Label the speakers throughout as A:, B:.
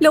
A: Lo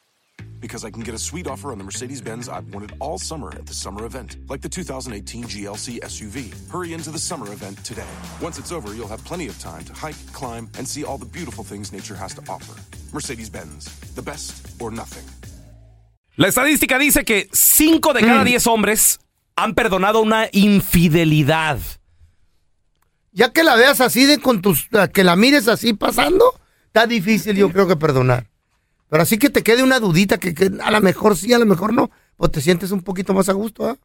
B: Because I can get a sweet offer on the Mercedes Benz I've wanted all summer at the summer event, like the 2018 GLC SUV. Hurry into the summer event today. Once it's over, you'll have plenty of time to hike, climb, and see all the beautiful things nature has to offer. Mercedes Benz, the best or nothing.
C: La estadística dice que 5 de
D: Mm.
C: cada 10 hombres han perdonado una infidelidad.
D: Ya que la veas así, de con tus, que la mires así pasando, está difícil yo creo que perdonar. Pero así que te quede una dudita que, que a lo mejor sí, a lo mejor no, pues te sientes un poquito más a gusto, ¿ah?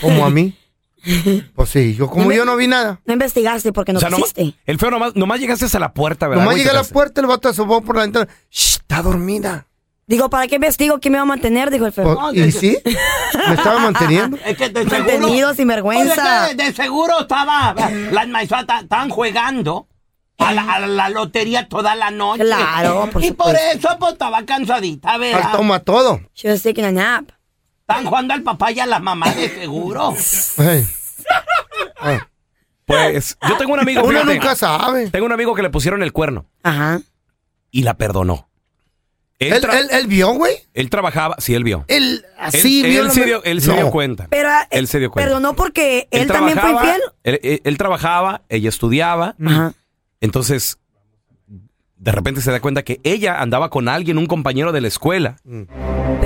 D: Como a mí. Pues sí, yo como yo no vi nada.
E: No investigaste porque no
C: o sea, nomás-
E: quisiste.
C: el feo nomás, nomás llegaste a la puerta, ¿verdad?
D: Nomás
C: güey?
D: llegué a la
C: Te-
D: puerta, el vato asomó por la ventana. Shh, está dormida.
E: Digo, ¿para qué investigo? ¿Quién me va a mantener? Dijo el
D: Pues,
E: feo.
D: ¿Y sí? Me estaba manteniendo.
F: Es que de
E: Mantenido, sin vergüenza.
F: Oye, que de, de seguro estaba. Las maizuatas estaban jugando a la, a la lotería toda la noche.
E: Claro, por
F: Y por
E: supuesto.
F: eso pues estaba cansadita,
D: Al
F: ¿verdad?
D: toma todo.
E: She was taking a nap.
F: Están jugando al papá y a la mamá de seguro.
D: Ey. Ah,
C: Pues yo tengo un amigo.
D: Uno
C: fíjate,
D: nunca sabe.
C: Tengo un amigo que le pusieron el cuerno
E: Ajá.
C: y la perdonó. Él,
D: Él,
C: tra-
D: él- él vio, güey.
C: él trabajaba, sí, él vio.
D: Él así
C: él,
D: vio.
C: él
D: la
C: se
D: ma-
C: dio, él se
D: No.
C: dio cuenta.
E: Pero eh,
C: él se dio cuenta.
E: Perdonó porque él, también fue
C: trabajaba,
E: infiel.
C: Él, él- él trabajaba, ella estudiaba.
E: Ajá.
C: Entonces, de repente se da cuenta que ella andaba con alguien, un compañero de la escuela.
E: Pero Mm.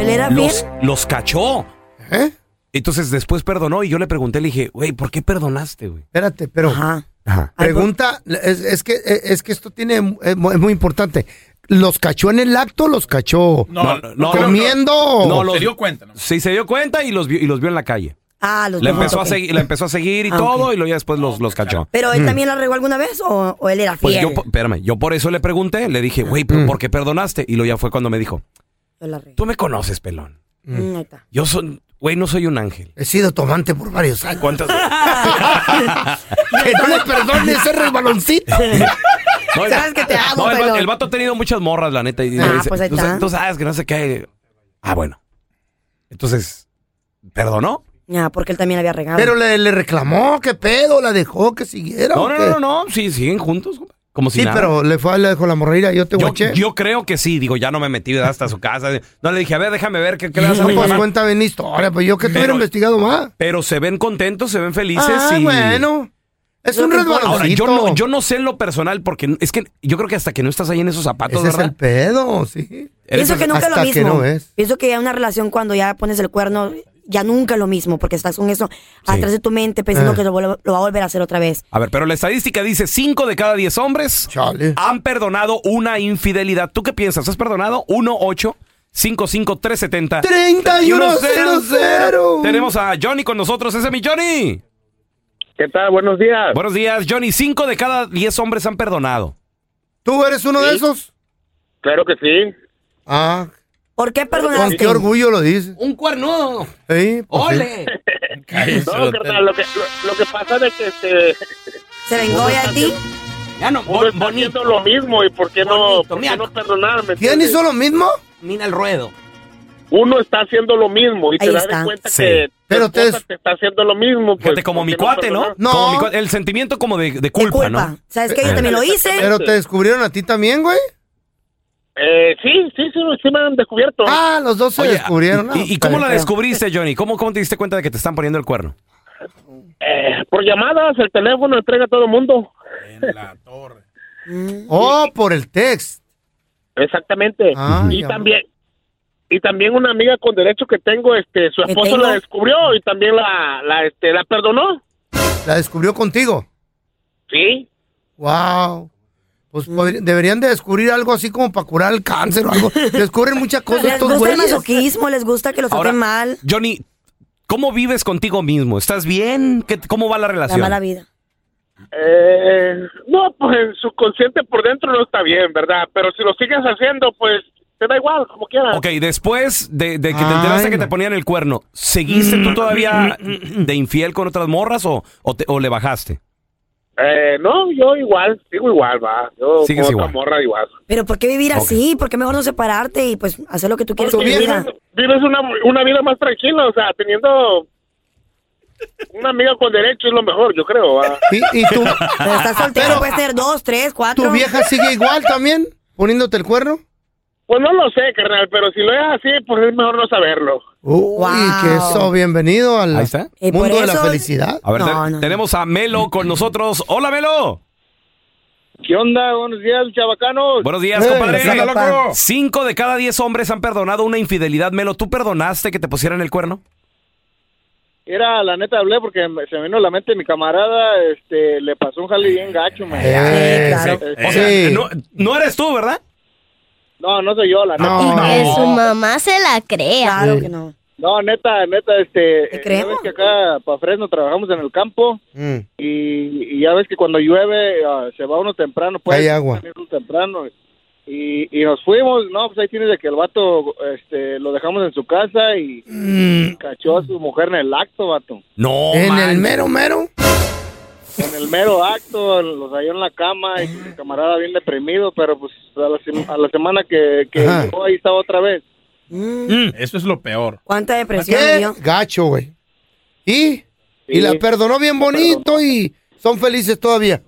E: era bien.
C: Los, los cachó.
D: ¿Eh?
C: Entonces después perdonó y yo le pregunté, le dije, güey, ¿por qué perdonaste, güey?
D: Espérate, pero
E: Ajá.
C: Ajá.
E: Ay, pues,
D: pregunta, es, es que, e, es que esto tiene, es mu- es muy importante. ¿Los cachó en el acto o los cachó
C: No, no, no.
D: comiendo?
C: No, los-
G: Se dio cuenta, ¿no?
C: Sí, se dio cuenta y los vio, y los vio en la calle.
E: Ah, los
C: La
E: dos,
C: empezó, a
E: ok.
C: seguir, la empezó a seguir y
E: Ah,
C: todo
E: ok.
C: y luego ya después los, los cachó.
E: Pero
D: Mm.
E: él también la regó alguna vez o, o él era
C: Pues
E: fiel.
C: yo, po- espérame, yo por eso le pregunté, le dije, güey,
D: Mm.
C: ¿pero ¿por qué perdonaste? Y luego ya fue cuando me dijo,
E: Yo la regué.
C: tú me conoces, pelón.
E: Mm, ahí está.
C: Yo soy, güey, no soy un ángel.
D: He sido tomante por varios años.
C: ¿Cuántas?
D: que no le perdone ese rebaloncito.
C: No, el-
E: Sabes que te amo,
C: no, el, vato,
E: pelón.
C: el vato ha tenido muchas morras, la neta. Y
E: Ah,
C: le dice,
E: pues ahí
C: tú,
E: está.
C: sa- tú sabes que no sé qué. Ah, bueno. Entonces, ¿perdonó?
E: Ya, porque él también la había regado.
D: Pero le, le reclamó, qué pedo, la dejó que siguiera.
C: No,
D: ¿o
C: no,
D: qué?
C: no, no, no. Sí, siguen juntos. compa. Como si
D: Sí,
C: nada.
D: pero le fue, le dejó la morrilla, yo te
C: Yo,
D: guaché.
C: yo creo que sí, digo, ya no me metí ¿verdad? hasta su casa. No le dije, a ver, déjame ver qué, qué le vas a
D: no, pues
C: reclamar?
D: cuenta bien la historia, pues yo que te hubiera
C: Pero-
D: investigado más.
C: Pero se ven contentos, se ven felices.
D: ah,
C: y...
D: bueno. Es
E: Lo
D: un
E: que importa.
D: resbaloncito.
C: Ahora, yo no, yo no sé en lo personal, porque es que yo creo que hasta que no estás ahí en esos zapatos,
D: Ese es el
C: ¿verdad?
D: pedo, sí.
C: Eres
E: Pienso que
C: el-
E: nunca es lo
D: hasta
E: mismo.
D: que no es.
E: Pienso que ya una relación cuando ya pones el cuerno, ya nunca es lo mismo, porque estás con eso atrás de tu mente pensando
D: Ah.
E: que lo, vuelve- lo va a volver a hacer otra vez.
C: A ver, pero la estadística dice 5 de cada 10 hombres
D: Chale.
C: han perdonado una infidelidad. ¿Tú qué piensas? ¿Has perdonado? 1 8 55 370
D: 31 00.
C: Tenemos a Johnny con nosotros. Ese es mi Johnny.
G: ¿Qué tal? Buenos días.
C: Buenos días, Johnny. Cinco de cada diez hombres han perdonado.
D: ¿Tú eres uno de esos?
G: Claro que sí.
D: Ah.
E: ¿Por qué perdonaste?
D: ¿Con qué orgullo lo dices?
F: Un cuernudo.
D: Sí, pues sí.
F: ¡Ole!
G: No, carnal, lo que, lo, lo que pasa es que este,
E: ¿Se vengó de a ti?
F: Ya no,
G: uno
F: bo-
G: está haciendo
F: bonito.
G: lo mismo y por qué no,
F: Bonito,
G: por
F: mira.
G: qué no perdonarme.
D: ¿Quién hizo lo mismo?
F: Mira el ruedo.
G: Uno está haciendo lo mismo y te
E: Ahí
G: das
E: está.
G: cuenta
C: Sí.
G: que tu
D: Pero te-
G: esposa te está haciendo lo mismo. Pues,
C: Fíjate, como
G: ¿por
C: mi
G: qué
C: cuate, ¿no?
G: perdonar?
D: No.
C: Como mi cua- el sentimiento como de, de culpa,
E: culpa.
C: ¿no? Eh,
E: ¿Sabes qué? Yo también lo hice.
D: Pero te descubrieron a ti también, güey.
G: Eh, sí, sí, sí, sí me han descubierto.
D: Ah, los dos se
C: Oye,
D: descubrieron. Ah,
C: ¿Y, y cómo la
D: pero-
C: descubriste, Johnny? ¿Cómo, ¿Cómo te diste cuenta de que te están poniendo el cuerno?
G: Eh, por llamadas, el teléfono entrega a todo el mundo.
F: Mm.
D: Oh, por el text.
G: Exactamente.
D: Ah,
G: y
D: ya.
G: también y también una amiga con derecho que tengo, este, su
E: ¿Que
G: esposo
E: tengo?
G: la descubrió y también la, la, este, la perdonó.
D: La descubrió contigo.
G: Sí.
D: Wow. Pues
E: Mm.
D: podri- deberían de descubrir algo así como para curar el cáncer o algo. Descubren muchas cosas
E: Les
D: estos
E: gusta el
D: güeyes.
E: masoquismo, les gusta que los
C: Ahora,
E: traten mal.
C: Johnny, ¿cómo vives contigo mismo? ¿Estás bien? ¿Qué- ¿Cómo va la
E: La
C: relación?
E: mala vida.
G: Eh, no, pues el subconsciente por dentro no está bien, ¿verdad? Pero si lo sigues haciendo, pues te da igual, como quieras.
C: Ok, después de, de que te
D: Ay,
C: enteraste que
D: no. Mm,
C: te ponían el cuerno, ¿seguiste tú todavía de infiel con otras morras o, o, te- o le bajaste?
G: Eh, no, yo igual, sigo igual, va. Yo
C: Sigues
G: con otra
C: igual.
G: morra igual.
E: Pero ¿por qué vivir así? ¿Por qué mejor no separarte y pues hacer lo que tú quieres
D: Tu
E: con tu
G: Porque
D: vieja.
E: vida?
G: vives, vives una, una vida más tranquila, o sea, teniendo una amiga con derecho es lo mejor, yo creo, va.
D: Y, y tú,
E: Pero estás soltero,
D: Pero-
E: puedes tener dos, tres, cuatro.
D: tu vieja sigue igual también, poniéndote el cuerno.
G: Pues no lo sé, carnal, pero si lo es así, pues es mejor no saberlo.
D: Uy,
E: Wow.
D: que eso, bienvenido al
C: Ahí está.
E: Y Eh, por
D: mundo de la
E: eso-
D: felicidad.
C: A ver,
E: No,
C: te-
E: no, no.
C: tenemos a Melo con nosotros. ¡Hola, Melo!
G: ¿Qué onda? Buenos días, chavacanos.
C: Buenos días,
D: Eh,
C: compadre.
D: ¿qué onda, loco?
C: Cinco de cada diez hombres han perdonado una infidelidad. Melo, ¿tú perdonaste que te pusieran el cuerno?
G: Mira, la neta hablé porque me- se me vino a la mente mi camarada, este, le pasó un jale bien gacho, man.
D: Eh,
E: claro.
D: sí.
C: O sea, no, no eres tú, ¿verdad?
G: No, no soy yo, la neta.
D: No,
H: Que su mamá se la crea.
E: Claro que no.
G: No, neta, neta, este,
E: ¿Te
G: eh, ya
E: creemos?
G: ves que acá para Fresno trabajamos en el campo
D: Mm.
G: y, y ya ves que cuando llueve ah, se va uno temprano, pues.
D: Hay agua.
G: salir uno temprano. Y, y nos fuimos, no, pues ahí tienes de que el vato, este, lo dejamos en su casa y
C: Mm.
G: cachó a su mujer en el acto, vato.
C: No.
D: en el
C: manches.
D: mero mero.
G: En el mero acto, los halló en la cama y mi camarada bien deprimido, pero pues a la, sem- a la semana que, que
D: Ajá.
G: llegó ahí estaba otra vez.
I: Eso es lo peor.
E: ¿Cuánta depresión
D: Qué
E: dio?
D: Mm. gacho, güey. Y, y la perdonó bien bonito y son felices todavía.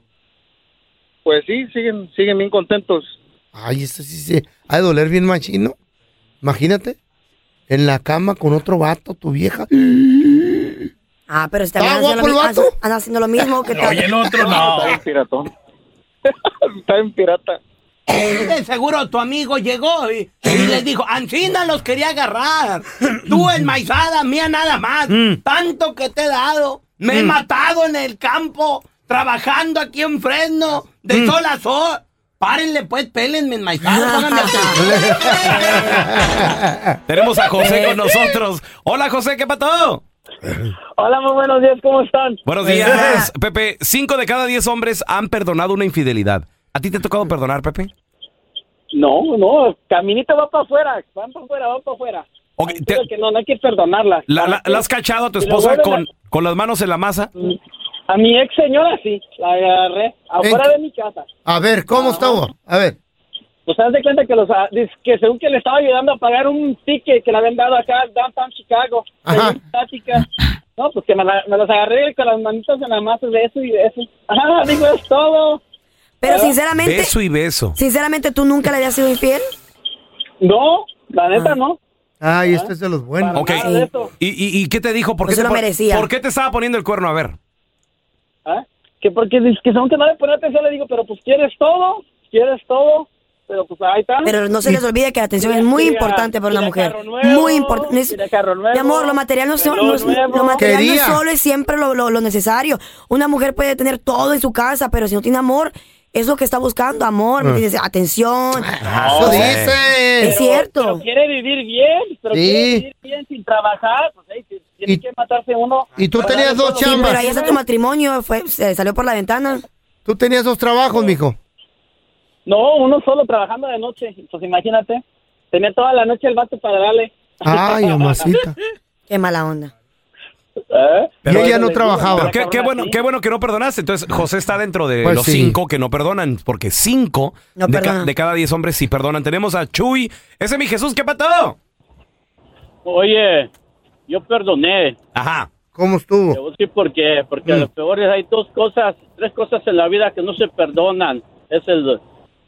G: Pues sí, siguen, siguen bien contentos.
D: Ay, eso sí se ha de doler bien machino. Imagínate, en la cama con otro vato, tu vieja.
E: Ah, pero si también
D: Ah,
E: andan haciendo, lo
D: guapo el
E: mismo,
D: vato.
E: andan haciendo lo mismo que
I: Oye,
E: te...
I: el otro no.
G: Está bien piratón. Está bien pirata.
F: De seguro tu amigo llegó y, y les dijo, Ancina los quería agarrar. Tú enmaizada, mía nada más. Tanto que te he dado. Me he matado en el campo, trabajando aquí en Fresno, de sol a sol. Párenle pues, pélenme enmaizada. pónganme atención.
C: Tenemos a José con nosotros. Hola, José, ¿qué pato?
G: Hola, muy buenos días, ¿cómo están? Pues,
C: Buenos días, Pepe. Cinco de cada diez hombres han perdonado una infidelidad. ¿A ti te ha tocado perdonar, Pepe?
G: No, no, caminita va para afuera, van para afuera, van para afuera.
C: Ok, te-
G: Creo que no, no hay que perdonarlas.
C: la, la-
G: ¿Para qué?
C: la has cachado a tu
G: Si lo
C: esposa con,
G: vuelven
C: con las manos en la masa?
G: A mi ex señora sí, la agarré, afuera
D: ¿En-
G: de mi casa.
D: A ver, ¿cómo estuvo? A ver.
G: Pues haz de cuenta que los ah, dice que según que le estaba ayudando a pagar un ticket que le habían dado acá al Downtown Chicago,
D: Ajá.
G: según táctica. No, pues que me, la- me las agarré con las manitas en la masa de eso y de eso. Ah, digo, es todo.
E: Pero sinceramente,
C: Beso y beso.
E: sinceramente, ¿tú nunca le habías sido infiel? Ah.
G: No, la neta no.
D: Ay, este es de los buenos.
C: Ok.
G: Nada de eso.
C: ¿Y, y, y qué te dijo? ¿Por
E: No
C: qué
E: se
C: te
E: Pues lo
C: pon-
E: merecía.
C: ¿Por qué te estaba poniendo el cuerno? A ver.
G: ¿Ah? Que porque dice que según que no le ponía atención, le digo, pero pues quieres todo, quieres todo. Pero pues ahí está.
E: Pero no se les olvide que la atención es muy
G: Quería-
E: importante para una
G: quería
E: mujer.
G: ah, carro nuevo,
E: muy importante. No es-
G: quería carro nuevo,
E: Mi amor, lo material no, es-
G: reloj
E: no es-
G: nuevo.
E: lo material no es
D: Quería.
E: solo es siempre lo, lo- lo necesario. Una mujer puede tener todo en su casa, pero si no tiene amor, es lo que está buscando, amor, ¿me entiendes? Atención.
D: Ah. Eso dice.
E: es cierto.
G: Pero quiere vivir bien, pero
D: Sí.
G: quiere vivir bien sin trabajar. Pues, hey, si- si tiene que matarse uno.
D: y tú tenías dos
E: Sí,
D: chambas.
E: pero ahí está tu matrimonio, fue, se salió por la ventana.
D: Tú tenías dos trabajos, mijo.
G: No, uno solo trabajando de noche. Pues imagínate. Tenía toda la noche el vato para darle.
D: Ay, mamacita.
E: Qué mala onda.
G: ¿Eh?
D: Y ella no trabajaba.
C: Pero qué, qué bueno, qué bueno que no perdonaste. Entonces, José está dentro de
D: Pues
C: los
D: sí.
C: cinco que no perdonan, porque cinco
E: No
C: de, ca-
E: perdonan.
C: de cada diez hombres sí perdonan. Tenemos a Chuy. Ese es mi Jesús, ¿qué patado?
J: Oye, yo perdoné.
C: Ajá.
D: ¿Cómo estuvo?
J: Te voy a decir por qué. Porque
D: Mm.
J: lo peor es hay dos cosas, tres cosas en la vida que no se perdonan. Es el,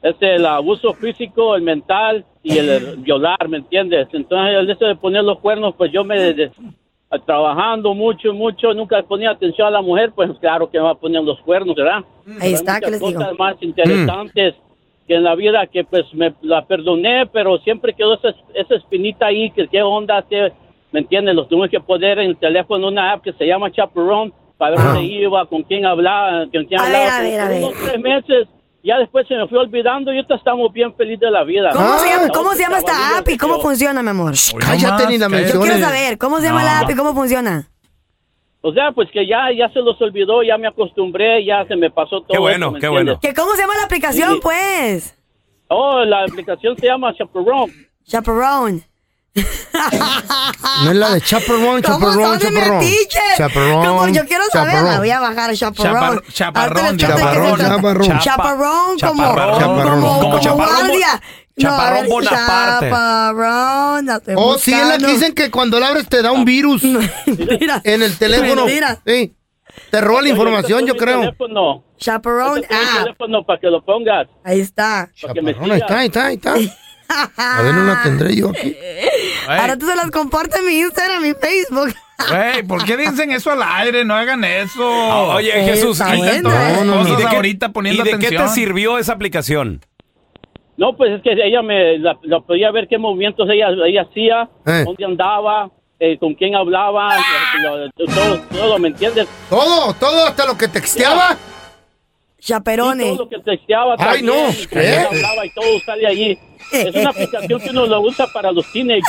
J: es el abuso físico, el mental y el, violar, ¿me entiendes? Entonces, el hecho de poner los cuernos, pues yo me... de- trabajando mucho, mucho, nunca ponía atención a la mujer, pues claro que me va a poner los cuernos, ¿verdad? Pero hay
E: está, ¿qué
J: muchas
E: les digo?
J: cosas más interesantes que en la vida que pues me la perdoné, pero siempre quedó esa, esa espinita ahí, que qué onda, qué- ¿me entiendes? Los tuve que poner en el teléfono una app que se llama Chaperone para ver dónde iba, con quién hablaba, con quién
E: A
J: hablaba.
E: ver, a ver, a ver.
J: Unos tres meses, ya después se me fue olvidando y ahorita estamos bien feliz de la vida.
E: ¿Cómo se
D: Ah.
E: llama, cómo se llama esta app y cómo funciona, mi amor?
J: cállate, ni la
E: Yo quiero
J: menciones.
E: saber, ¿cómo se llama
J: No.
E: la app y cómo funciona?
J: O sea, pues que ya, ya se los olvidó, ya me acostumbré, ya se me pasó todo.
C: Qué bueno,
J: eso, ¿me
C: qué bueno.
E: ¿Que ¿Cómo se llama la aplicación,
J: Sí.
E: pues?
J: Oh, la aplicación se llama Chaperone.
E: Chaperone.
D: No es la de
E: ¿Cómo
D: Chaperone, Chaperone,
E: son de
D: Chaperone.
E: metiche?
D: Chaperone.
E: ¿Cómo? Yo quiero saber,
D: chaperone.
E: la voy a bajar Chaperone.
D: Chapar- chaparrón,
E: Ahorita les cuento de qué
D: chaparrón,
E: se trata.
D: chaparrón.
E: Chaparrón
D: Chapa-
E: como, como,
D: chaparrón. Como
E: como
D: chaparrón bo-
E: guardia.
D: chaparrón Bonaparte.
E: Chaparrón, la estoy
D: Oh, sí, es la que
E: buscando.
D: dicen que cuando la abres te da un virus. En el teléfono.
E: Mentira.
D: Sí. Te roba
J: Oye,
D: la información,
J: este es
D: yo
J: mi
D: creo.
J: Teléfono.
E: Chaperone
J: Este es mi teléfono para que lo pongas.
E: Ahí está.
J: Para que me
D: Chaparrón, ahí está,
J: sigas.
D: ahí está, ahí está. A ver, no la tendré yo aquí.
E: Ah. Ahora tú se las compartes en mi Instagram, en mi Facebook.
I: Güey, ¿por qué dicen eso al aire? No hagan eso.
E: Oh,
C: Oh, Ah, Oye,
E: Eh,
C: Jesús,
I: Hay
C: ¿y,
I: tantas cosas
C: ¿y de, qué,
I: ahorita poniendo
C: y de qué te
I: atención.
C: sirvió esa aplicación?
J: No, pues es que ella me la, la podía ver qué movimientos ella, ella hacía,
C: Eh.
J: dónde andaba, eh, con quién hablaba, lo- lo- todo, todo, ¿me entiendes?
D: Todo, todo, hasta lo que texteaba.
E: Chaperones.
J: todo lo que texteaba.
D: Ay,
J: también,
D: no,
J: y con quién
D: ¿qué?
J: hablaba y todo sale allí. Es una aplicación que uno lo usa para los teenagers.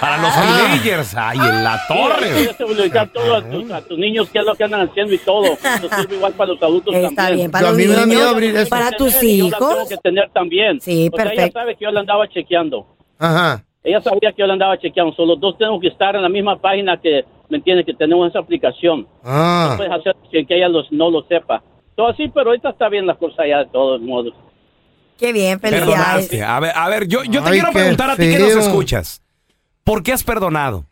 C: Para los
E: Ah.
C: teenagers. Ay, en la torre.
J: Puedes obligar todo a tus, a tus niños qué es lo que andan haciendo y todo. Eso sirve igual para los adultos también.
E: bien, para Yo a los mí me da niños, miedo abrir eso. para tus
J: Yo la tengo
E: hijos.
J: que tener también.
E: Sí,
J: O sea, ella
E: perfecto.
J: sabe que yo la andaba chequeando.
D: Ajá.
J: Ella sabía que yo la andaba chequeando. Solo los dos tenemos que estar en la misma página que, ¿me entiendes? Que tenemos esa aplicación. No
D: Ah.
J: puedes hacer que que ella los, no lo sepa. Todo así, pero ahorita está bien las cosas ya de todos modos.
E: Qué bien, felicidades.
C: Perdonaste. A ver, a ver, yo, yo te
D: Ay,
C: quiero
D: qué
C: preguntar a ti que nos
D: feo.
C: escuchas. ¿Por qué has perdonado?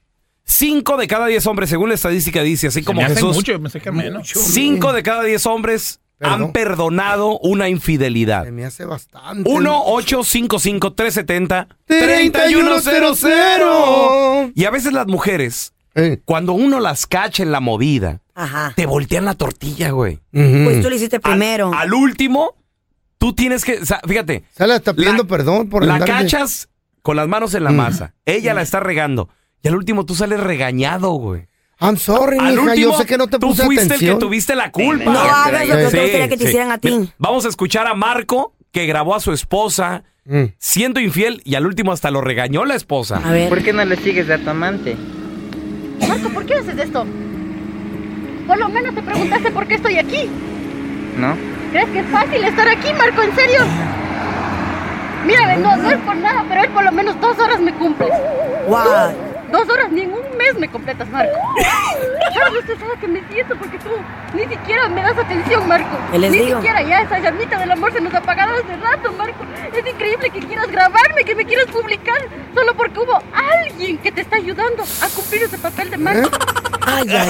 C: Cinco de cada diez hombres, según la estadística dice, así como
I: me hacen
C: Jesús.
I: mucho, yo pensé que menos.
C: Cinco de cada diez hombres han perdonado una infidelidad.
D: Me hace bastante.
C: 1-855-370-3100. Y a veces las mujeres,
D: Eh.
C: cuando uno las cacha en la movida,
E: Ajá.
C: te voltean la tortilla, güey.
E: Pues tú lo hiciste primero.
C: Al último, tú tienes que. o sea, fíjate.
D: Sale hasta pidiendo perdón por
C: La
D: andar de-
C: cachas con las manos en la masa. Ella la está regando. Y al último tú sales regañado, güey.
D: I'm sorry,
C: Al
D: mija, yo
C: último,
D: sé que no te
C: tú
D: puse
C: fuiste el
D: atención.
C: que tuviste la culpa.
E: No hagas lo que
C: Sí,
E: te gustaría que te
C: sí.
E: hicieran a
C: Mira,
E: ti.
C: Vamos a escuchar a Marco, que grabó a su esposa
D: Mm.
C: siendo infiel y al último hasta lo regañó la esposa.
K: ¿Por qué no le sigues a tu amante?
L: Marco, ¿por qué haces esto? Por lo menos te preguntaste por qué estoy aquí.
K: ¿No?
L: ¿Crees que es fácil estar aquí, Marco? ¿En serio? Mira, no, no es por nada, pero él por lo menos dos horas me cumples.
E: Guau.
C: ¿Eh?
L: Tú, Dos horas, ningún mes me completas, Marco. Sabes usted sabe que me siento porque tú ni siquiera me das atención, Marco.
E: ¿Qué les
L: ni
E: digo?
L: siquiera ya esa llamita del amor se nos ha apagado hace rato, Marco. Es increíble que quieras grabarme, que me quieras publicar, solo porque hubo alguien que te está ayudando a cumplir ese papel de Marco.
E: Ay, ay,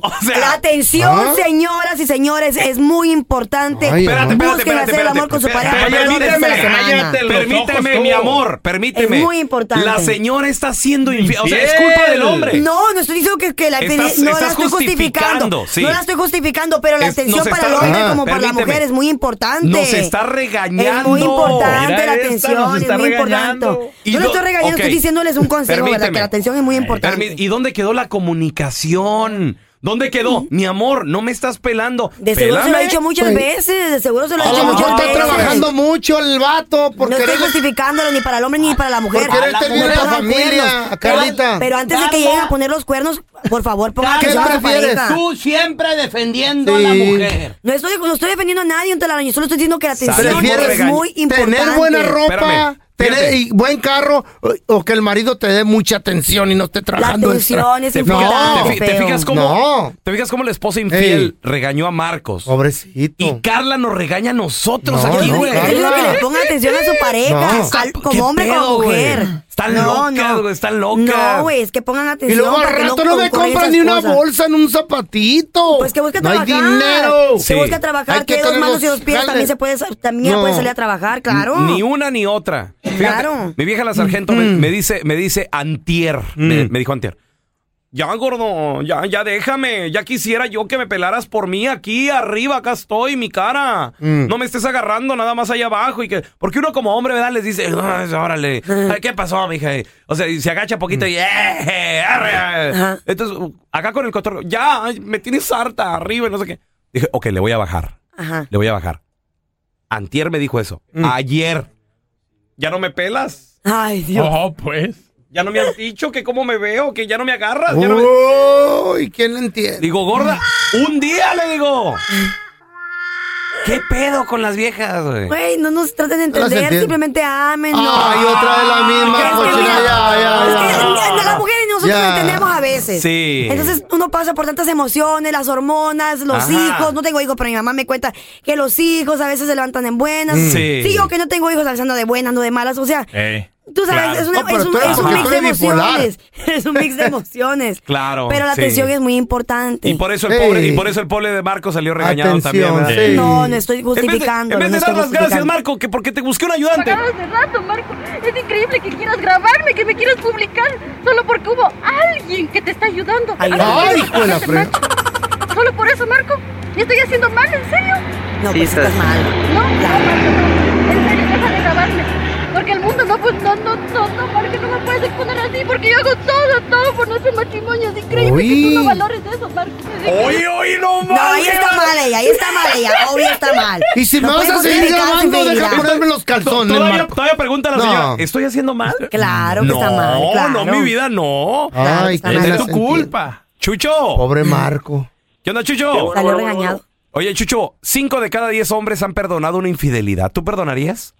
E: ay.
C: sea-
E: la atención,
C: ¿Ah?
E: señoras y señores, es muy importante.
C: Ay, espérate,
E: Busquen
C: espérate, espérate,
E: hacer el amor con su
C: espérate,
E: pareja.
C: espérate,
E: por lo menos
C: permíteme,
E: una semana.
C: cállate los permíteme,
E: ojos,
C: mi
E: tú.
C: amor, permíteme.
E: Es muy importante.
C: La señora está siendo infiel. O sea, es culpa del hombre. Eh,
E: No, no estoy diciendo que, que la
C: Estás-
E: infeliz- no la
C: estás
E: estoy justificando.
C: justificando, sí.
E: No la estoy justificando, pero la
C: Es-
E: atención
C: nos
E: para
C: está-
E: el hombre
C: Ajá,
E: como para la
C: permíteme.
E: mujer es muy importante.
C: Nos está regañando.
E: Es muy importante
C: Mira
E: la
C: esta,
E: atención,
C: nos
E: es
C: está
E: muy
C: regañando.
E: importante.
C: Y
E: Yo no
C: do-
E: estoy regañando,
C: ok.
E: estoy diciéndoles un consejo, ¿verdad?
C: Permíteme.
E: Que la atención es muy importante.
C: Permi- ¿Y dónde quedó la comunicación? ¿Dónde quedó? Mi amor, no me estás pelando.
E: Mm.
C: Pues,
E: De seguro se lo ha
C: Pélame.
E: dicho muchas veces, de seguro se lo ha
C: A
E: dicho
C: lo
E: muchas
C: mejor
E: veces.
C: está trabajando
D: mucho el vato porque
E: No estoy justificándole ni para el hombre ni para la mujer.
D: Por querer
E: La
D: tener
E: mujer
D: la
E: no da
D: familia,
E: cuernos.
D: Carlita.
E: Pero, pero antes de que
F: Carla.
E: lleguen a poner los cuernos, por favor, pongan
F: ¿Qué
E: atención a su
F: prefieres?
E: pareja.
F: Tú siempre defendiendo a la
E: Sí.
F: mujer.
E: No estoy, no estoy defendiendo a nadie, un telaraño. Solo estoy diciendo que la atención
D: ¿Prefieres
E: es muy importante.
D: Tener buena ropa, tener y buen carro o, o que el marido te dé mucha atención y no esté trabajando.
E: atención
D: extra?
E: es
D: no,
C: te, fi- te fijas cómo,
D: No.
C: te fijas cómo la esposa infiel regañó a Marcos.
D: Pobrecito.
C: Y Carla nos regaña a nosotros
D: No,
C: aquí,
D: no,
C: güey.
D: Yo digo
E: que le ponga atención a su pareja, al- como
C: ¿Qué
E: hombre, como
C: pedo, güey?
E: mujer.
C: Están
E: No,
C: locas,
E: no.
C: güey, están locas.
E: No, güey, es que pongan atención.
D: Y luego al
E: para que
D: rato no me
E: concurra
D: compran
E: esas
D: ni una
E: cosas.
D: bolsa ni un zapatito.
E: Pues que busca
D: no
E: trabajar.
D: hay dinero.
E: Que busca trabajar,
D: Hay
E: que, dos
D: tener
E: manos
D: los
E: y dos pies
D: jales.
E: también se puede, sa- también
C: No.
E: puede salir a trabajar, claro.
C: Ni una ni otra. Fíjate,
E: Claro.
C: Mi vieja la sargento me, me dice, me dice antier. Me, me dijo antier. Ya, gordo, ya, ya déjame. Ya quisiera yo que me pelaras por mí aquí arriba, acá estoy, mi cara.
I: Mm.
C: No me estés agarrando nada más allá abajo. y que Porque uno como hombre, ¿verdad? Les dice, "Ay, órale,
E: Ah.
C: Ay, ¿qué pasó, mija? O sea, y se agacha poquito y... "Eh, eh, arre, arre". Entonces, acá con el cotorro, ya, ay, me tienes harta arriba y no sé qué. Dije, ok, le voy a bajar.
E: Ajá.
C: Le voy a bajar. Antier me dijo
F: Oh,
C: eso. Ayer. ¿Ya no me pelas?
E: Mm. Ay, Dios.
C: No, pues. ¿Ya no me has dicho que cómo me veo? ¿Que ya no me agarras? ¿Ya no me-
D: Uy, ¿quién lo entiende?
C: Digo, gorda, un día le digo. ¿Qué pedo con las viejas, güey?
E: Güey, no nos traten de
C: No las
E: entender,
C: entiendo.
E: simplemente amen. No.
C: Ay, otra vez la misma
E: Es que
C: cochina,
E: mira,
C: ya, ya,
E: es
C: ya.
E: que la- Las mujeres y nosotros
C: Ya.
E: nos entendemos a veces.
C: Sí.
E: Entonces uno pasa por tantas emociones, las hormonas, los
C: Ajá.
E: hijos. No tengo hijos, pero mi mamá me cuenta que los hijos a veces se levantan en buenas.
C: Mm. Sí.
E: yo que no tengo hijos, a veces ando de buenas, no de malas. O sea, tú sabes,
C: Claro.
E: es, una-
C: No, pero
E: es un,
C: tú eres
E: es un
C: porque
E: mix
C: tú
E: de
C: eres bipolar.
E: emociones. Es un mix de emociones.
C: Claro.
E: Pero la
C: sí.
E: atención es muy importante.
C: Y por eso el pobre, y por eso el pobre de Marco salió regañado
D: Atención,
C: también.
D: sí.
E: No, no estoy justificando.
C: justificando. En vez de,
E: no estoy
C: dar las gracias,
E: justificando.
C: Marco, que porque te busqué un ayudante.
L: Pagados de rato, Marco. Es increíble que quieras grabarme, que me quieras publicar, solo porque hubo alguien que te está ayudando.
D: Ay,
L: Algo que no
D: hijo de la
L: conoces, Marco. Solo por eso, Marco. ¿Y estoy haciendo mal, en serio?
E: No, pues estás mal.
L: No, no, Marco, no. En serio, deja de grabarme. Porque el mundo no, pues no, no, no, no, Marco, no me puedes exponer así, porque yo hago todo, todo por nuestro matrimonio. Es increíble que
E: Uy.
L: tú no valores eso, Marco.
C: Oye, oye, no
E: No, ahí está mal ella, ahí está mal ella, obvio está mal.
D: Y si
E: No
D: me vas a
E: podemos
D: seguir
E: criticar su
D: grabando, deja
E: infidelidad.
D: ponerme los calzones,
C: Todavía,
D: Marco.
C: todavía pregunta a la
D: No.
C: señora, ¿estoy haciendo mal?
E: Claro que
C: no,
E: está mal, claro.
C: No, mi vida, no.
D: Ay,
C: es
D: está mal.
C: de tu
D: Entiendo.
C: culpa. Chucho.
D: Pobre Marco.
C: ¿Qué onda, Chucho?
E: Salió regañado.
C: Oye, Chucho, cinco de cada diez hombres han perdonado una infidelidad. ¿Tú perdonarías?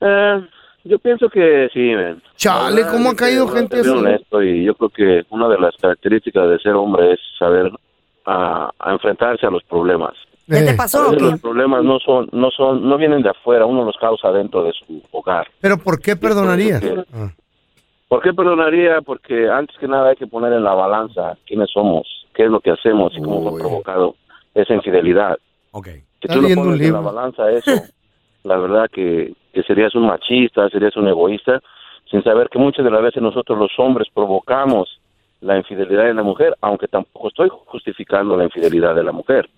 M: Eh, yo pienso que sí, men.
D: Chale, ¿cómo ha caído gente
M: Ser
D: así?
M: honesto y yo creo que una de las características de ser hombre es saber ah, a enfrentarse a los problemas.
E: ¿Qué
D: Eh.
E: te pasó?
M: A
E: o
M: veces
E: qué?
M: Los problemas no son, no son, no vienen de afuera, uno los causa dentro de su hogar.
D: ¿Pero por qué perdonarías? Ah.
M: ¿Por qué perdonaría? Porque antes que nada hay que poner en la balanza quiénes somos, qué es lo que hacemos y cómo fue provocado esa infidelidad. Si
D: Está
M: tú lo
D: leyendo un
M: pones en la
D: libro.
M: balanza eso, la verdad que, que serías un machista, serías un egoísta, sin saber que muchas de las veces nosotros los hombres provocamos la infidelidad de la mujer, aunque tampoco estoy justificando la infidelidad de la mujer.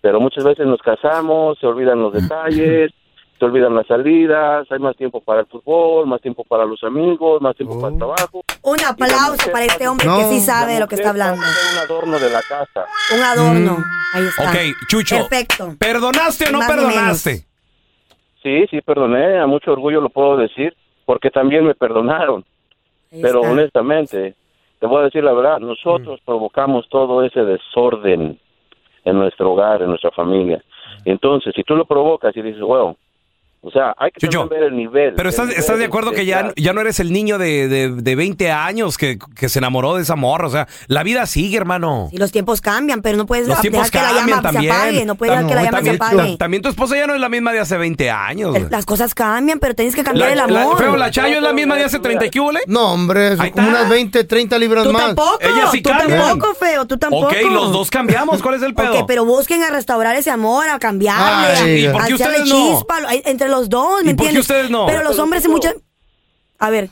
M: Pero muchas veces nos casamos, se olvidan los detalles, se olvidan las salidas, hay más tiempo para el fútbol, más tiempo para los amigos, más tiempo para el
C: Oh.
M: trabajo.
E: Un aplauso para este hombre
M: No.
E: que sí sabe de lo que está hablando.
M: Un adorno de la casa.
E: Un adorno. Ahí está.
C: Mm. Ok, Chucho.
E: Perfecto.
C: ¿Perdonaste o no
E: Más ni
C: perdonaste?
M: Sí, sí, perdoné, a mucho orgullo lo puedo decir, porque también me perdonaron. Pero
N: está.
M: honestamente, te voy a decir la verdad, nosotros provocamos todo ese desorden en nuestro hogar, en nuestra familia. Entonces, si tú lo provocas y dices, wow, o sea, hay que también ver el nivel.
C: Pero estás, estás de acuerdo que ya, ya no eres el niño de, de, de 20 años que, que se enamoró de esa morra. O sea, la vida sigue, hermano.
E: Y los tiempos cambian, pero no puedes
C: Los
E: dejar
C: tiempos
E: que la
C: cambian
E: llama se
C: también.
E: apague. No puedes dejar que la
C: No,
E: llama se
C: también,
E: apague.
C: ta- también tu esposa ya no es la misma de hace 20 años. güey.
E: Las cosas cambian, pero tienes que cambiar el
C: La- la-
E: amor.
C: feo, la Chayo es la misma de hace 30 y qué hubo, le?
D: No, hombre, son como unas 20, 30 libras
E: Tú
D: más.
E: tampoco. tú tampoco, feo. Tú tampoco.
C: Ok, los dos cambiamos. ¿Cuál es el pedo?
E: Ok, pero busquen a restaurar ese amor, a cambiarle,
C: Ay, ¿y
E: a,
C: por
E: a
C: qué
E: echarle
C: ustedes no?
E: chispa lo- ay, entre los dos, ¿me
C: ¿Y por qué
E: entiendes?
C: ustedes no?
E: Pero los hombres y muchas... A ver,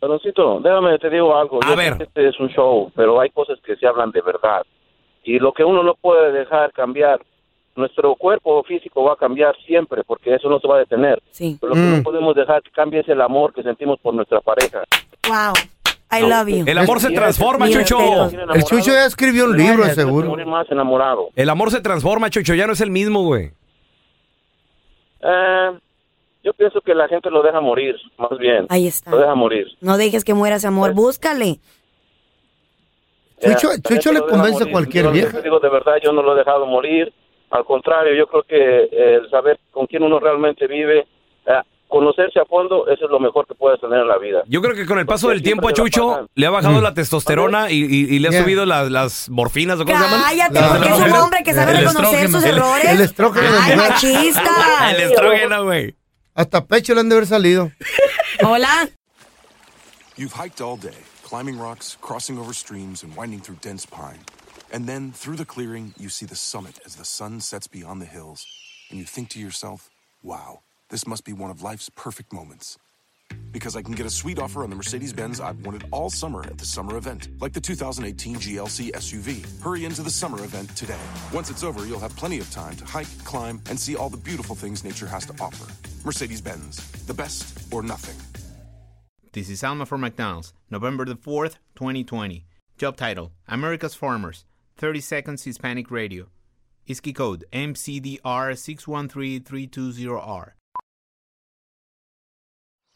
M: Peroncito, déjame, te digo algo. A ver. Este es un show, pero hay cosas que se hablan de verdad. Y lo que uno no puede dejar cambiar, nuestro cuerpo físico va a cambiar siempre, porque eso no se va a detener.
E: Sí. Mm.
M: Pero lo que no podemos dejar que cambie es el amor que sentimos por nuestra pareja.
E: wow. I love you.
C: El amor se transforma,
E: Mira,
C: Chucho.
E: pero- El Chucho
D: ya escribió
C: un libro, seguro.
M: Morir más enamorado.
C: El amor se transforma, Chucho. Ya no es el mismo, güey.
M: Eh, yo pienso que la gente lo deja morir, más bien.
E: Ahí está.
M: Lo deja morir.
E: No dejes que muera ese amor, búscale.
M: Ya,
E: Chucho-
M: la gente
E: Chucho le
M: lo deja
E: convence a
M: morir.
E: cualquier
M: Yo
E: vieja.
M: les digo, de verdad, yo no lo he dejado morir. Al contrario, yo creo que eh, el saber con quién uno realmente vive, eh, conocerse a fondo, eso es lo mejor que puedes tener en la vida.
C: Yo creo que con el paso
M: Porque
C: del tiempo a
M: siempre se la
C: Chucho
M: pasan.
C: Pues, le ha bajado la testosterona y, y- y le ha subido las, las morfinas o cómo se llaman.
E: Cállate,
C: Las-
E: porque es un
C: las-
E: hombre que sabe
C: el
E: reconocer
C: estrógeno.
E: sus
C: El-
E: errores.
D: El estrógeno.
E: Ay, machista.
C: El estrógeno, güey.
D: Hasta pecho le han de haber salido.
E: Hola.
B: You've hiked all day, climbing rocks, crossing over streams, and winding through dense pine. And then, through the clearing, you see the summit as the sun sets beyond the hills. And you think to yourself, wow, this must be one of life's perfect moments. Because I can get a sweet offer on the Mercedes Benz I've wanted all summer at the summer event, like the 2018 GLC SUV. Hurry into the summer event today. Once it's over, you'll have plenty of time to hike, climb, and see all the beautiful things nature has to offer. Mercedes Benz, the best or nothing.
O: This is Alma for McDonald's, November the 4th, 2020. Job title America's Farmers, 30 Seconds Hispanic Radio. ISKI code MCDR613320R.